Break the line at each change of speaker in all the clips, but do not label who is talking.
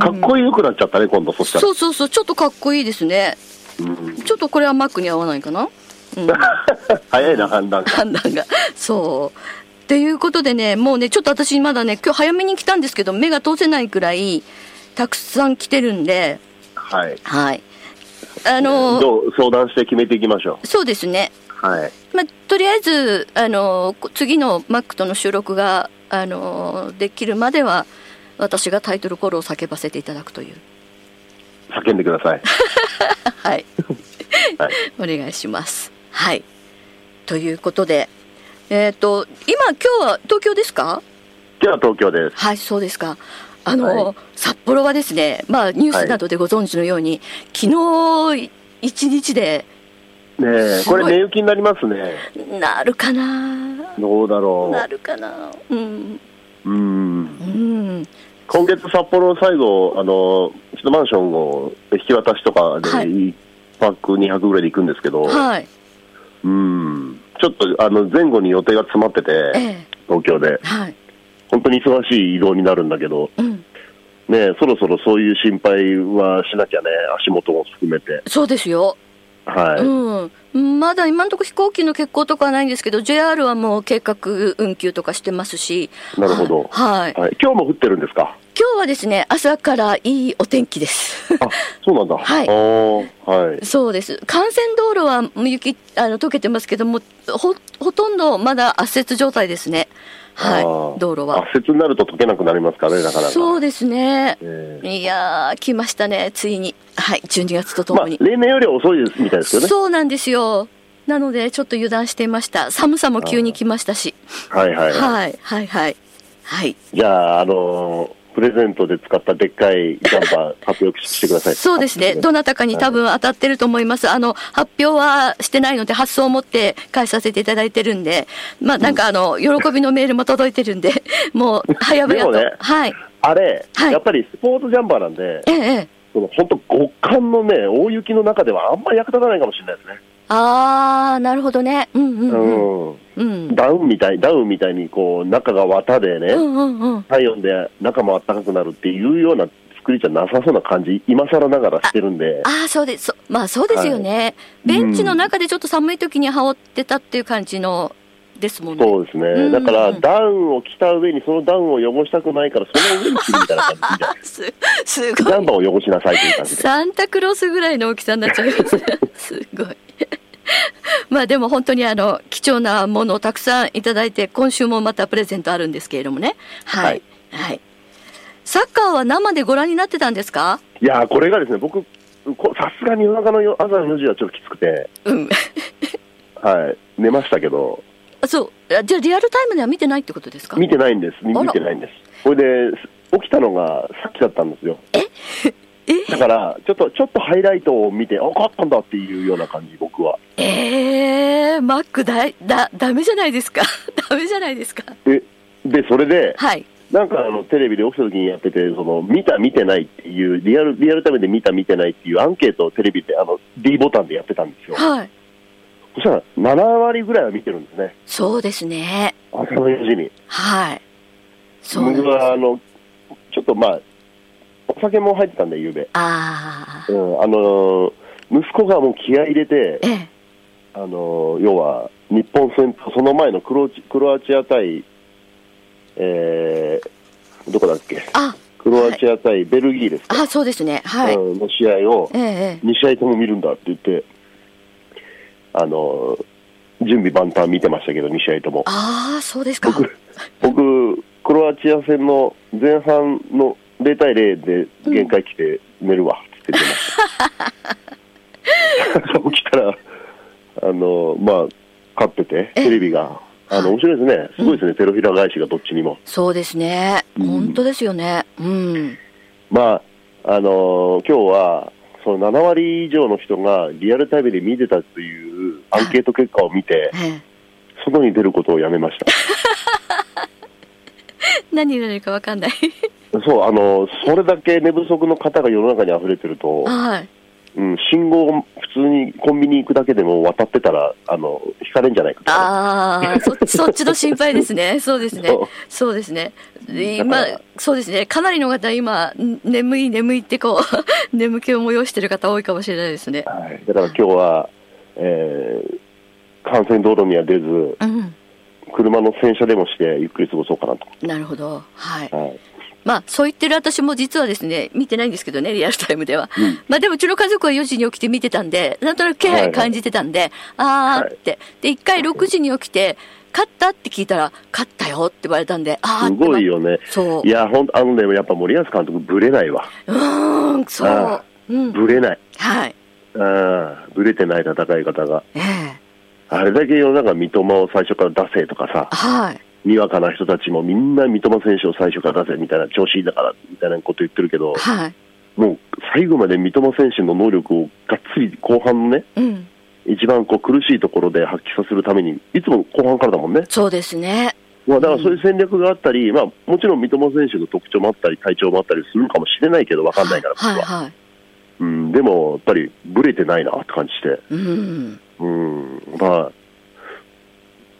かっこよくなっちゃったね、今度、そしたら。
そうそうそう、ちょっとかっこいいですね。
うん
ちょっとこれはマックに合わないかな うん
早いな、判断が。
判断が。そう。っていうことでね、もうね、ちょっと私まだね、今日早めに来たんですけど、目が通せないくらい、たくさん来てるんで、
はい。
はい。あの、
どう相談して決めていきましょ
そうですね。
う。はい。
まあ、とりあえずあのこ次のマックとの収録があのできるまでは私がタイトルコールを叫ばせていただくという
叫んでください。
はい、
はい
お願いしますはいということでえっ、と今今日は東京ですか
今日は東京です。
はいそうですかあの、
はい
札幌はですねまあニュースなどでご存知のように、昨日一日で
ねえ、
す
こ
ごい
れ値行きになりますね。
なるかな
どうだろ
なるかなうん
う。うん
う。ん
今月札幌の最後、あの、ちょっとマンションを引き渡しとかで、
はい
1泊2泊ぐらいで行くんですけど、
はい
うん。ちょっと、あの、前後に予定が詰まって
え
て、
え
東京で。
はい
本当に忙しい移動になるんだけど、
うん
ねえ、そろそろそういう心配はしなきゃね、足元も含めて。
そうですよ、
はい。
うん、まだ今のところ飛行機の欠航とかはないんですけど、JR はもう計画運休とかしてますし、
なるほど
はい、はい
はい、今日も降ってるんで すか
今日はですね、朝からいいお天気です。
あ、そうなんだ。
はい
あーはい。
そうです幹線道路は雪あの溶けてますけどもほほとんどまだ圧雪状態ですね
あ
は
ー
い道路は
圧雪になると溶けなくなりますからね、なかなか。
そうですね、
え
いやー来ましたねついにはい12月とと
ま
も
あ、
に、
例年よりは遅いですみたいですけどね。
そうなんですよなのでちょっと油断していました寒さも急に来ましたし
はいはい、は
はい、はい、はい。はい。
い。じゃあ、あのープレゼントで使ったでっかいジャンパー、活躍してください。
そうですね。どなたかに多分当たってると思います。あの、発表はしてないので、発送を持って返させていただいてるんで、まあ、なんかあの、喜びのメールも届いてるんで、 もう、早々と。
でもね
はい。
あれ、
はい
やっぱりスポーツジャンパーなんで、
ええ、ええ。
その本当、極寒のね、大雪の中ではあんまり役立たないかもしれないですね。
あー、なるほどね。うんうんうん。
うん。
うん。
ダウンみたい、ダウンみたいに、こう、中が綿でね、
うんうんうん。
体温で中も暖かくなるっていうような作りじゃなさそうな感じ、今更ながらしてるんで、
ああ、そうです。そまあ、そうですよね。ベンチの中でちょっと寒い時に羽織ってたっていう感じの、ですもんね。
そうです
う
ね、
ん
だからダウンを着た上に、そのダウンを汚したくないから、その上に着るみたいな感じじゃない
す、す ごい
ジ。ャンパーを汚しなさいという感じで。
サンタクロースぐらいの大きさになっちゃいます。 すごい。 まあでも本当にあの貴重なものをたくさんいただいて今週もまたプレゼントあるんですけれどもねはい、はいサッカーは生でご覧になってたんですか
いやーこれがですね、僕、こさすがに夜中のよ朝の4時はちょっときつくて、
うん
はい、寝ましたけど、
あ そうあじゃあリアルタイムでは見てないってことですか
見てないんです、み
あら
見てないんです。これで、起きたのがさっきだったんですよ。だから、ちょっと、ちょっとハイライトを見て、あ、勝ったんだっていうような感じ、僕は。
ええー、マックだいだダメじゃないですか ダメじゃないですか
えで、それで、
はい
なんかあのテレビで起きた時にやってて、その見た、見てないっていう、リアルリアルタイムで見た、見てないっていうアンケートをテレビであの D ボタンでやってたんですよ、
はい
そしたら7割ぐらいは見てるんですね、
そうですね
朝の4時に。
はいそうなんで
僕
す
はあのちょっとまあ、お酒も入ってたんで、ゆうべ、
ああ
うんあのー息子がもう気合い入れて、
ええ
あのー要は日本戦とその前のクロチクロアチア対、えー、どこだっけ、
あ
クロアチア対ベルギーですか、
あそうですねはい、
うんの試合を。
えええ
2試合とも見るんだって言って、あの準備万端見てましたけど、2試合とも。
ああそうですか
僕、僕クロアチア戦の前半の0対0で限界来て寝るわって言って寝ました。起きたら、あのまあ、勝ってて、テレビがあの面白いですね、すごいですね、手のひら返しがどっちにも。
そうですね。
うん
本当ですよね。うん。
まあ、あのー今日は、その7割以上の人がリアルタイムで見てたというアンケート結果を見て、
え
外に出ることをやめました。
え何言われるかわかんない。
そう、あのーそれだけ寝不足の方が世の中に溢れてると、
はい。
うん、信号を普通にコンビニ行くだけでも渡ってたら、あの、引かれんじゃないかと
ああ、そ そっちの心配ですね。そうですね
そう。
そうですね。で
だ
今
から、
そうですね。かなりの方、今、ん眠い眠いってこう、 眠気を催してる方多いかもしれないですね。
はい、だから今日は、えー、幹線道路には出ず、
うん。
車の洗車でもしてゆっくり過ごそうかなと。
なるほど。はい。
はい、
まあ、そう言ってる私も実はですね、見てないんですけどね、リアルタイムでは。
うん
まあ、でもうちの家族は4時に起きて見てたんで、なんとなく気配感じてたんで、あーって。で、一回6時に起きて、勝ったって聞いたら、勝ったよって言われたんで、あー
す
って。
ごい。よね。
そう
い。や、ほんあのね、やっぱ森保監督、ぶれないわ。
うーん、そ
あ
う。うん。
ぶれない。
はい。
うん、ぶれてない戦い方が。
ええ
あれだけ世の中、三笘を最初から出せとかさ、
はい。
にわかな人たちもみんな三笘選手を最初から出せみたいな、調子いいんだからみたいなこと言ってるけど、
はい。
もう最後まで三笘選手の能力をがっつり後半のね、
うん。
一番こう苦しいところで発揮させるために、いつも後半からだもんね、
そうですね。
まあ、だからそういう戦略があったり、まあ、もちろん三笘選手の特徴もあったり、体調もあったりするかもしれないけど、分かんないから、僕
はい、
は。
はい。
うん、でも、やっぱりぶれてないなって感じして、
うん。
うんまあ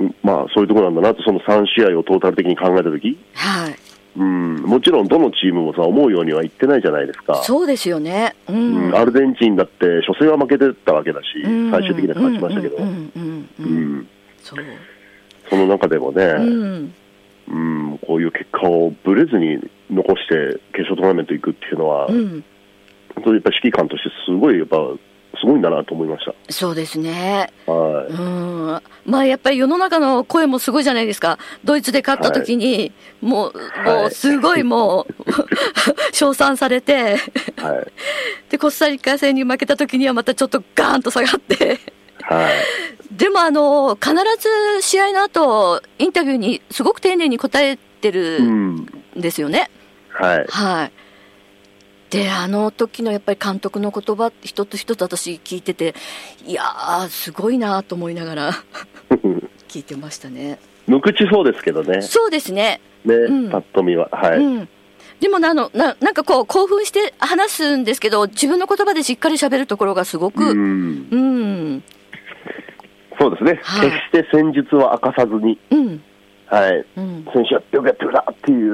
うんまあ、そういうところなんだなと、その3試合をトータル的に考えたとき、
はい。
うん、もちろんどのチームもさ思うようにはいってないじゃないですか。
そうですよね。う。
うんん、アルゼンチンだって初戦は負けてたわけだし、
うん
最終的には勝ちましたけど、
うんうんうん
う
うん。
ん、
そう。
その中でもね、
うん。
うん、こういう結果をぶれずに残して決勝トーナメント行くっていうのは、
うん。
本当にやっぱ指揮官としてすごい、やっぱ、すごいんだなと思いまし
そうですね。
た。は
う
い。
ん。まあやっぱり世の中の声もすごいじゃないですか。ドイツで勝った時に、もう、
はい
もうすごいもう、 称賛されて、
はい。
で、コスタリカ戦に負けた時にはまたちょっとガーンと下がって。
はい。
でもあの、必ず試合の後、インタビューにすごく丁寧に答えて
う
るん
ん。
ですよね。
はい。
はい。で、あの時のやっぱり監督の言葉、一つ一つ私聞いてて、いやー、すごいなと思いなが ら聞いてましたね。
無口そうですけどね。
そうですね。
ね、
うん
ぱっと見は。はい。
うん。でもなあのな、なんかこう、興奮して話すんですけど、自分の言葉でしっかり喋るところがすごく、
う
うん、
ん。
うん、
そうですね。
はい
決して戦術は明かさずに、
うん、
はい。
うん、
選手はよくやってくれたってい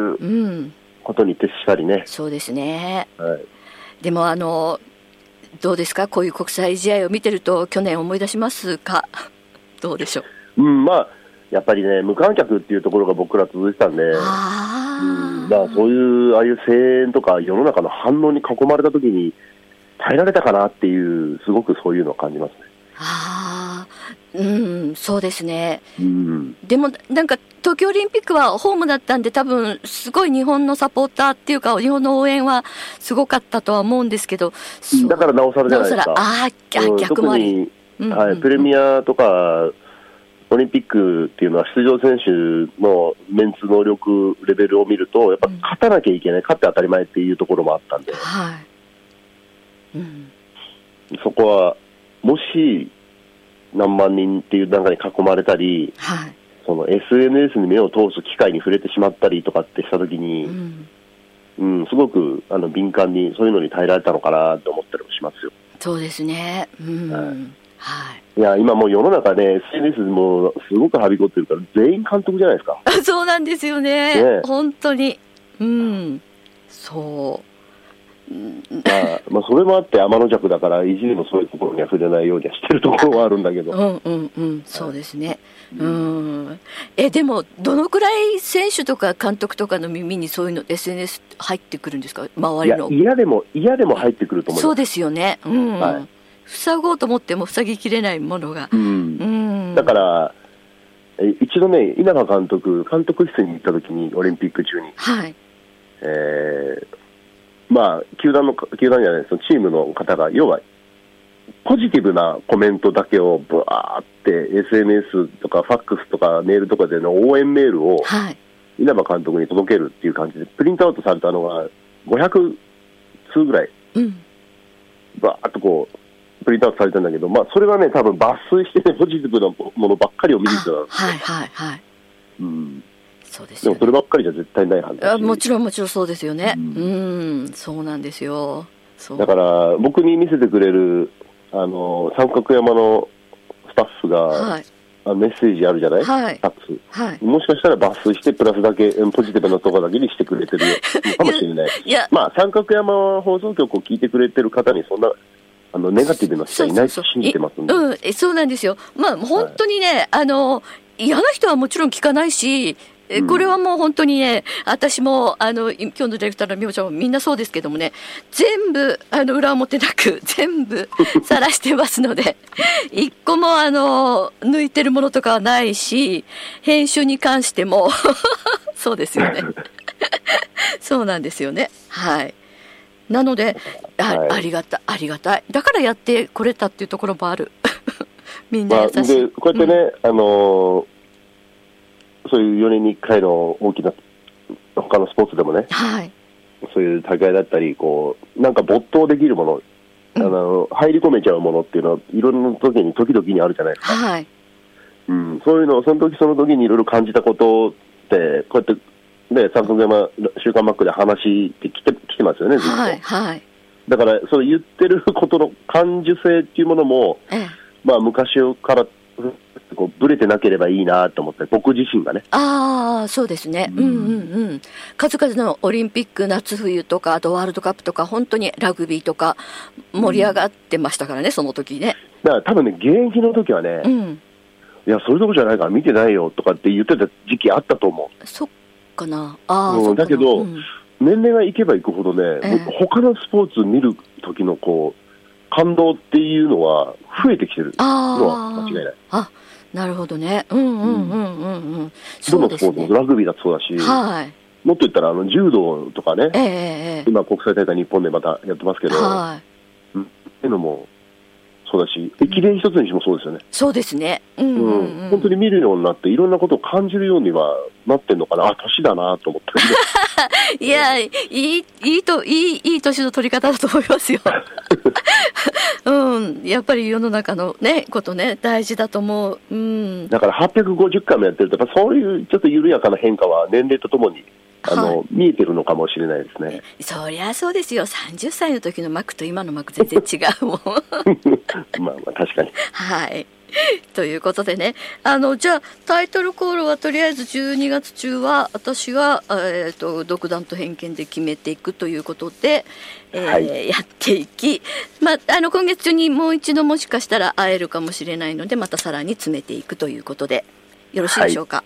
うことに徹したりね。
そうですね。
はい。
でもあの、どうですか、こういう国際試合を見てると、去年思い出しますか、 どうでしょう。
うん、まあ、やっぱりね、無観客っていうところが僕ら続いてたんで、
あ
うん
ー
まあ、そういう、ああいう声援とか、世の中の反応に囲まれたときに、耐えられたかなっていう、すごくそういうのを感じますね。
あーうん、そうですね。
うん、
でも、なんか、東京オリンピックはホームだったんで、多分、すごい日本のサポーターっていうか、日本の応援はすごかったとは思うんですけど、そう
だからなおさらじゃ
なお
ない
さ
です
ら、
か。
あ
う
ー
ん
あ、逆もあ
特
り。
に、
うん
は
う
い、
ん
プレミアとか、オリンピックっていうのは、出場選手のメンツ能力レベルを見ると、やっぱ勝たなきゃいけない、勝って当たり前っていうところもあったんで、
はい。うん、
そこは、もし、何万人っていう中に囲まれたり、
はい。
その SNS に目を通す機会に触れてしまったりとかってしたときに、
うん、
うん、すごくあの敏感にそういうのに耐えられたのかなと思ったりもしますよ。
そうですね。うん、
は
はい。
いや、今もう世の中ね、SNS もすごくはびこってるから、全員監督じゃな いですか。
あそうなんですよね。
ねえ
本当に。うん。そう。
まあ、まあ、それもあって天の弱だから、意地にもそういうところには触れないようにはしてるところはあるんだ けど、
うんうんうん、そうですね。うん。え、でも、どのくらい選手とか監督とかの耳にそういうの、SNS 入ってくるんですか周
い
り
や
の、。
嫌でも、嫌でも入ってくると思い
そ
ま
う
す。
ですよね。うん。
はい
塞ごうと思っても塞ぎきれないものが
う。、
うんん。
だから、え一度ね、稲葉監督、監督室に行った時に、オリンピック中に、
はい。
えーまあ、球団の、球団じゃないです、そのチームの方が、要は、ポジティブなコメントだけをぶわーって SNS とかファックスとかメールとかでの応援メールを
はい。
稲葉監督に届けるっていう感じでプリントアウトされたのが500通ぐらい
うん。
バーっとこうプリントアウトされたんだけど、まあ、それはね多分抜粋して、ね、ポジティブなものばっかりを見
あ
てきたら、
はいはいはい。
うん、
そうです
で
よ
もそ
ね。
ればっかりじゃ絶対ないはずだし
あもちろんもちろんそうですよね。う
うん
ん、そうなんですよ。そう。
だから僕に見せてくれるあの三角山のスタッフが、
はい
あメッセージあるじゃない、
はい
スタッフ
はい。
もしかしたら抜粋してプラスだけうんポジティブなとこだけにして くれてるよかもしれない
いや
まあ、三角山放送局を聞いてくれてる方にそんなあのネガティブな人はいないと信じてますんで
うん、えそうなんですよ。まあ、本当にね、あの、嫌な人はもちろん聞かないし、え
うん
これはもう本当にね、私も、あの、い今日のディレクターのみおちゃんもみんなそうですけどもね、全部、あの、裏表なく、 全部、晒してますので、 一個も、あの、抜いてるものとかはないし、編集に関しても、 そうですよね。そうなんですよね。はい。なので、あ,、
はい
ありがたい、ありがたい。だからやってこれたっていうところもある。 みん
ま
な
あ、
優し
で
い。
こうやってね、あのーそういう4年に1回の大きな他のスポーツでもね
はい。
そういう大会だったりこうなんか没頭できるものあの入り込めちゃうものっていうのはいろんな時に時々にあるじゃないですか、
はい。
うん、そういうのその時その時にいろいろ感じたことってこうやって。ね、三角山週刊マックで話してきてきてますよね、ずっと、
はい。はい。
だから、その言ってることの感受性っていうものも、
ええ。
まあ、昔からこうぶれてなければいいなと思って、僕自身がね、
ああ、そうですね。うんうんうん。数々のオリンピック、夏冬とか、あとワールドカップとか、本当にラグビーとか、盛り上がってましたからね、その時ね。
だから多分ね、現役の時はね、
う
い
ん。
や、そういうとこじゃないから見てないよとかって言ってた時期あったと思
そっかな。ああ、
うん
そっかな
だけど
うん
う、年齢がいけばいくほどね、
ええ
僕他のスポーツ見る時のこう感動っていうのは増えてきてるのは
ああ。
間違いない。
あ、なるほどね。うんうんうんうんうん。
ど
そう
の
で
ス
す
ポー
ね
ツも。ラグビーだってそうだし、
はい。
もっと言ったらあの柔道とかね
え、ええええ
今、国際大会、日本でまたやってますけ
え。
ど、
はい。
っていうのもそうだし、駅伝一つにしてもそうですよね、
そうですね。うん
う
うんん、うん。
本当に見るようになって、いろんなことを感じるようにはなってんのかな、あ年だなと思 って、
いや、いい、いいと、いい、いい年の取り方だと思い ますよ。うん。やっぱり世の中のね、ことね、大事だと思う。うん。
だから850回もやってると、やっぱそういうちょっと緩やかな変化は、年齢とともにあの、
は
見えてるのかもしれないですね。
そりゃそうですよ。30歳の時のマックと今のマック全然違うもん。
まあまあ確かに
はい。ということでね。あの、じゃあ、タイトルコールはとりあえず12月中は、私が、えっ、と、独断と偏見で決めていくということで、えー
はい
やっていき、まあ、あの、今月中にもう一度もしかしたら会えるかもしれないので、またさらに詰めていくということで、よろしいでしょうか。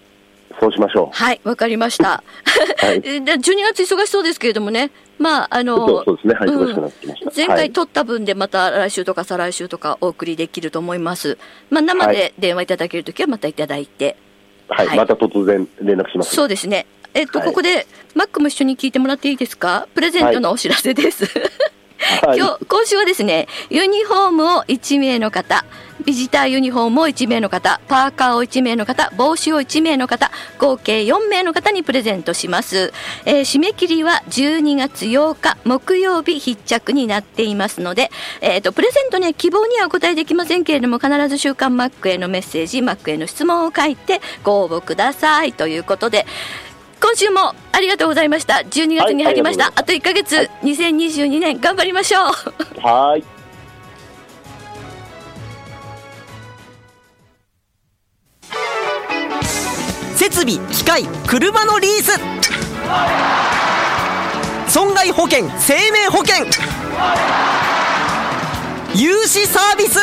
そうしましょ
はい、わ、かりました。
う。はい、ち
えーで12月 忙しそうですけれどもね、まあ、あ
ょっと
の
そ、うですね、はい、
うん
忙しくなってきました。
前
は
回
い、
撮った分でまた来週とか再来週とかお送りできると思います。まあ、生
は
で電話いただけるときはまたいただいて。
はい
はい
また突然連絡します。
そうですね。えっと、
はい
ここで、マックも一緒に聞いてもらっていいですかプレゼントのお知らせです。
はい、
今日、今週はですね、ユニフォームを1名の方、ビジターユニフォームを1名の方、パーカーを1名の方、帽子を1名の方、合計4名の方にプレゼントします。えー締め切りは12月8日木曜日必着になっていますので、えっ、と、プレゼントね、希望にはお答えできませんけれども、必ず週刊マックへのメッセージ、マックへの質問を書いてご応募くださいということで、今週もありがとうございました。12月に入りました。
はい
あと1ヶ月、2022年頑張りましょう。
はい。
設備機械車のリース損害保険生命保険融資サービス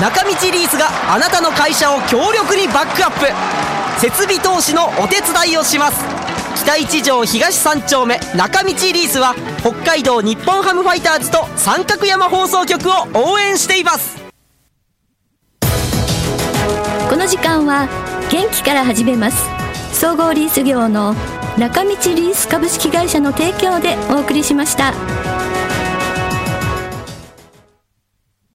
中道リースがあなたの会社を強力にバックアップ設備投資のお手伝いをします北一条東三丁目中道リースは北海道日本ハムファイターズと三角山放送局を応援しています
この時間は元気から始めます総合リース業の中道リース株式会社の提供でお送りしました。